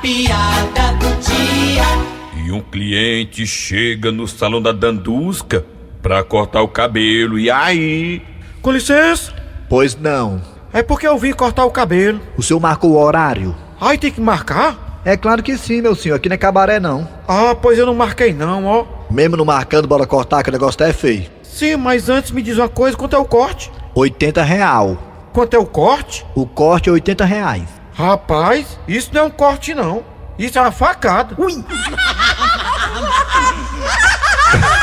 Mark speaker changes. Speaker 1: piada do dia.
Speaker 2: E um cliente chega no salão da Dandusca pra cortar o cabelo. E aí?
Speaker 3: Com licença,
Speaker 4: Pois não.
Speaker 3: é porque eu vim cortar o cabelo.
Speaker 4: O senhor marcou o horário?
Speaker 3: Aí tem que marcar?
Speaker 4: É claro que sim, meu senhor. Aqui não é cabaré, não.
Speaker 3: Ah, pois eu não marquei não, ó.
Speaker 4: Mesmo não marcando, bora cortar, que o negócio é feio.
Speaker 3: Sim, mas antes me diz uma coisa, quanto é o corte?
Speaker 4: 80 real.
Speaker 3: Quanto é o corte?
Speaker 4: O corte é 80 reais.
Speaker 3: Rapaz, isso não é um corte não. Isso é uma facada.
Speaker 4: Ui!